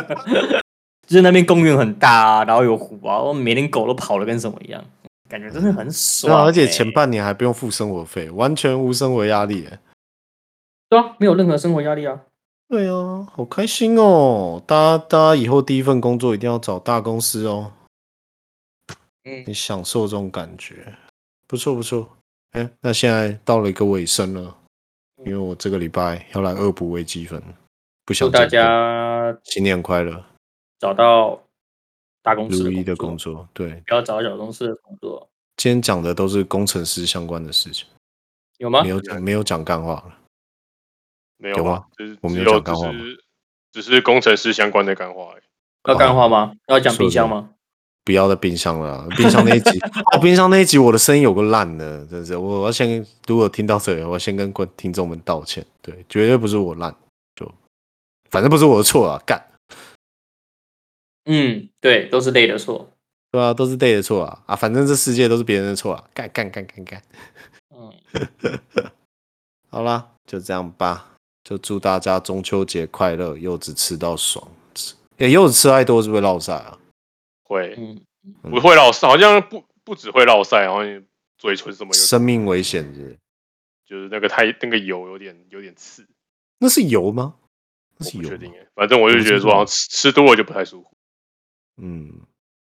[SPEAKER 1] 就是那边公园很大啊，然后有湖啊，我每天狗都跑的跟什么一样，感觉真的很
[SPEAKER 3] 对
[SPEAKER 1] 爽、
[SPEAKER 3] 啊，
[SPEAKER 1] 欸。
[SPEAKER 3] 而且前半年还不用付生活费，完全无生活压力耶。
[SPEAKER 1] 对啊，没有任何生活压力啊。
[SPEAKER 3] 对啊，好开心哦！大家大家以后第一份工作一定要找大公司哦，
[SPEAKER 1] 嗯，
[SPEAKER 3] 你享受这种感觉，不错不错。哎、那现在到了一个尾声了，因为我这个礼拜要来恶补微积分，不想
[SPEAKER 1] 祝大
[SPEAKER 3] 再做
[SPEAKER 1] 家
[SPEAKER 3] 新年快乐，
[SPEAKER 1] 找到大公司
[SPEAKER 3] 如意
[SPEAKER 1] 的
[SPEAKER 3] 的
[SPEAKER 1] 工
[SPEAKER 3] 工
[SPEAKER 1] 作，
[SPEAKER 3] 作。对，
[SPEAKER 1] 不要找小公司的工作，
[SPEAKER 3] 今天讲的都是工程师相关的事情，
[SPEAKER 1] 有吗
[SPEAKER 3] 没？有讲没有讲干话了。
[SPEAKER 2] 没有
[SPEAKER 3] 有
[SPEAKER 2] 啊
[SPEAKER 3] 吗，
[SPEAKER 2] 就是
[SPEAKER 3] 我
[SPEAKER 2] 只
[SPEAKER 3] 们有
[SPEAKER 2] 有
[SPEAKER 3] 讲
[SPEAKER 2] 只
[SPEAKER 3] 干话吗
[SPEAKER 2] 是只是工程师相关的干话而已。
[SPEAKER 1] 要干话吗？要讲
[SPEAKER 3] 说
[SPEAKER 1] 冰
[SPEAKER 3] 得
[SPEAKER 1] 箱
[SPEAKER 3] 对
[SPEAKER 1] 吗？
[SPEAKER 3] 不要在冰箱了啊， (laughs) 冰箱那一集，哦，冰箱那一集我的声音有个烂的，真是，我我要先，如果听到这里，我要先跟观听众们道歉，对，绝对不是我烂，就反正不是我的错啊，干，
[SPEAKER 1] 嗯，对，都是累的错。
[SPEAKER 3] 对啊，都是 day 的错啊，啊，反正这世界都是别人的错啊，干干干干干，
[SPEAKER 1] 嗯，
[SPEAKER 3] 好啦，就这样吧，就祝大家中秋节快乐，柚子吃到爽。哎、柚子吃太多是不是落晒啊？
[SPEAKER 2] 会
[SPEAKER 1] 嗯，
[SPEAKER 2] 不会绕赛，好像不不只会绕赛，然后你嘴唇什么有，
[SPEAKER 3] 生命危险是不是？
[SPEAKER 2] 就是那个太那个油有点有点刺，
[SPEAKER 3] 那是油吗？那
[SPEAKER 2] 我
[SPEAKER 3] 是
[SPEAKER 2] 不
[SPEAKER 3] 油
[SPEAKER 2] 确
[SPEAKER 3] 吗
[SPEAKER 2] 定哎，反正我就觉得说好像吃吃多了就不太舒服。
[SPEAKER 3] 嗯，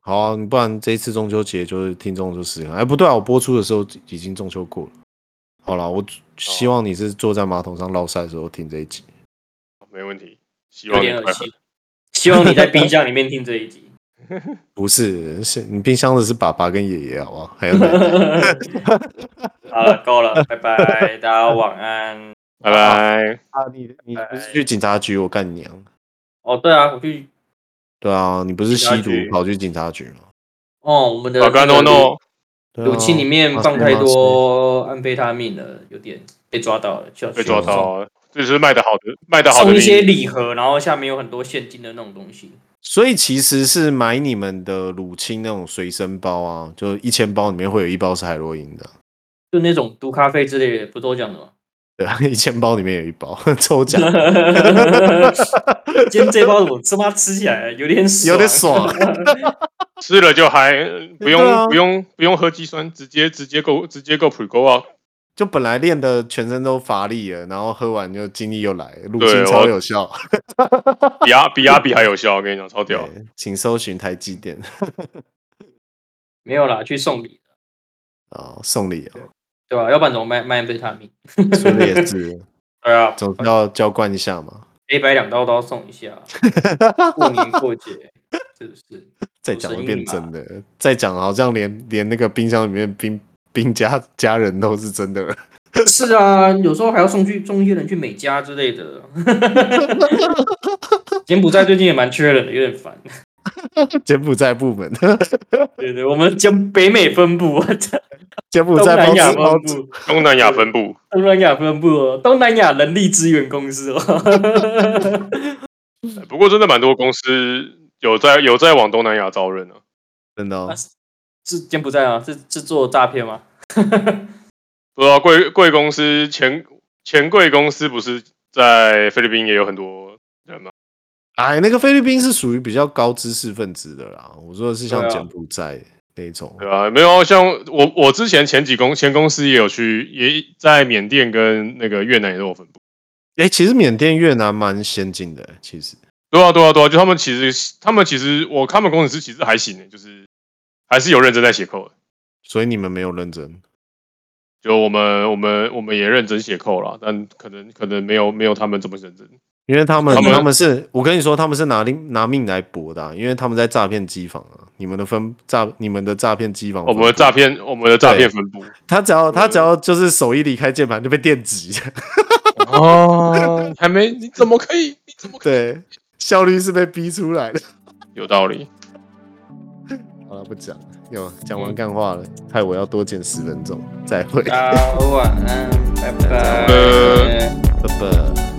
[SPEAKER 3] 好啊，你不然这一次中秋节就是听众就试看。哎，不对啊，我播出的时候已经中秋过了。好啦，我希
[SPEAKER 1] 哦
[SPEAKER 3] 望你是坐在马桶上落晒的时候听这一集。
[SPEAKER 2] 没问题，希
[SPEAKER 1] 有
[SPEAKER 2] 望你
[SPEAKER 1] 点
[SPEAKER 2] 快
[SPEAKER 1] 恶
[SPEAKER 2] 乐
[SPEAKER 1] 心。希望你在冰箱里面听这
[SPEAKER 2] (laughs)
[SPEAKER 1] 一集。
[SPEAKER 3] 不是，是你冰箱的是爸爸跟爷爷，好不好？还
[SPEAKER 1] (laughs)
[SPEAKER 3] 有奶奶
[SPEAKER 1] 好了，够了，拜拜，大家晚安。
[SPEAKER 2] 拜拜。
[SPEAKER 3] 啊，你你不是去警察局？我干你娘！
[SPEAKER 1] 哦，对啊，我去
[SPEAKER 3] 对啊，你不是吸
[SPEAKER 1] 警察
[SPEAKER 3] 毒
[SPEAKER 2] 局
[SPEAKER 3] 跑去警察局吗？
[SPEAKER 1] 哦，我们的
[SPEAKER 2] 老干
[SPEAKER 1] 那个
[SPEAKER 2] no no，
[SPEAKER 3] 对啊
[SPEAKER 1] 武器里面放太，多哦安非他命了，有点被抓到了，需要
[SPEAKER 2] 被抓
[SPEAKER 3] 是
[SPEAKER 2] 到了，这就是卖的好的，卖的好的
[SPEAKER 1] 送一
[SPEAKER 2] 利
[SPEAKER 1] 些
[SPEAKER 2] 益。
[SPEAKER 1] 礼盒，然后下面有很多现金的那种东西。
[SPEAKER 3] 所以其实是买你们的乳清那种随身包啊，就一千包里面会有一包是海洛因的，
[SPEAKER 1] 就那种毒咖啡之类的，不都这样的吗？
[SPEAKER 3] 对啊，一千包里面有一包 (laughs) 抽
[SPEAKER 1] (laughs)
[SPEAKER 3] 奖，
[SPEAKER 1] 今天这包我他妈吃起来有点爽，
[SPEAKER 3] 有点。爽。
[SPEAKER 2] 吃了就还呃不用、
[SPEAKER 3] 对啊
[SPEAKER 2] 不用不用喝肌酸，直接直接够直接够 pre go 啊！
[SPEAKER 3] 就本来练的全身都乏力了，然后喝完就精力又来，乳
[SPEAKER 2] 对
[SPEAKER 3] 清
[SPEAKER 2] 我
[SPEAKER 3] 超有效。
[SPEAKER 2] 比
[SPEAKER 1] (laughs)
[SPEAKER 2] 阿比阿比还有效，我跟你讲超屌。
[SPEAKER 3] 对请搜寻台积电
[SPEAKER 1] 没有啦，去送礼，
[SPEAKER 3] 啊、哦，送礼哦，
[SPEAKER 1] 对吧、要不然怎么卖卖安非他命？
[SPEAKER 3] 说的也是，
[SPEAKER 1] 对啊，
[SPEAKER 3] 总是要浇灌一下嘛。
[SPEAKER 1] 黑白两刀刀送
[SPEAKER 3] (laughs)
[SPEAKER 1] 一下，过年过节是不是？
[SPEAKER 3] 再
[SPEAKER 1] 主
[SPEAKER 3] 讲
[SPEAKER 1] 持
[SPEAKER 3] 会
[SPEAKER 1] 英
[SPEAKER 3] 变
[SPEAKER 1] 语嘛
[SPEAKER 3] 真的，再讲好像连连那个冰箱里面冰冰家家人都是真的了。
[SPEAKER 1] 是啊，有时候还要送去送一些人去美加之类
[SPEAKER 3] (laughs)
[SPEAKER 1] 的。柬埔寨最近也蛮缺人的，有点烦。
[SPEAKER 3] 柬埔寨部门， (laughs)
[SPEAKER 1] 对对，我们柬北美分部，我操
[SPEAKER 3] 柬埔
[SPEAKER 1] 东
[SPEAKER 3] 寨
[SPEAKER 1] 南
[SPEAKER 3] 包
[SPEAKER 1] 亚
[SPEAKER 3] 吃包
[SPEAKER 1] 分
[SPEAKER 3] 住，
[SPEAKER 1] 部，
[SPEAKER 2] 东南亚分部，
[SPEAKER 1] 东南亚分部哦，东南亚人力资源公司哦。
[SPEAKER 2] 呃不过真的蛮多公司有在有在往东南亚招人啊，
[SPEAKER 3] 真的、哦。
[SPEAKER 1] 是柬埔寨啊？是是做诈骗吗？ (laughs)
[SPEAKER 2] 不知道啊贵贵公司前前贵公司不是在菲律宾也有很多人吗？
[SPEAKER 3] 哎，那个菲律宾是属于比较高知识分子的啦。我说的是像
[SPEAKER 1] 对啊
[SPEAKER 3] 柬埔寨那一种，
[SPEAKER 2] 对啊吧、没有像我我之前前几公前公司也有去，也在缅甸跟那个越南也都有分部。
[SPEAKER 3] 哎、其实缅甸、越南蛮先进的，其实
[SPEAKER 2] 对啊，对啊，对啊，就他们其实，他们其实，我看他们工程师其实还行的，欸就是还是有认真在写扣的。
[SPEAKER 3] 所以你们没有认真。
[SPEAKER 2] 就我们，我们，我们也认真写扣啦，但可能可能没有没有他们这么认真。
[SPEAKER 3] 因为他们
[SPEAKER 2] 他们
[SPEAKER 3] 是，我跟你说，他们是拿命拿命来搏的啊、因为他们在诈骗机房啊。你们的分诈，你们的诈骗机房
[SPEAKER 2] 我
[SPEAKER 3] 分部，
[SPEAKER 2] 们的哦诈骗，我们的诈骗分布。
[SPEAKER 3] 他只要他
[SPEAKER 2] 对
[SPEAKER 3] 只要就是手一离开键盘就被电击，
[SPEAKER 2] 哦， (laughs) 还没？你怎么可以？你怎么可以？
[SPEAKER 3] 对，效率是被逼出来的。
[SPEAKER 2] 有道理。
[SPEAKER 3] 好了，不讲了，有讲
[SPEAKER 2] 嗯
[SPEAKER 3] 完干话了，害我要多剪十分钟，再会，
[SPEAKER 1] 啊大家晚安，拜
[SPEAKER 3] 拜
[SPEAKER 1] 拜。
[SPEAKER 2] 拜
[SPEAKER 3] 拜拜。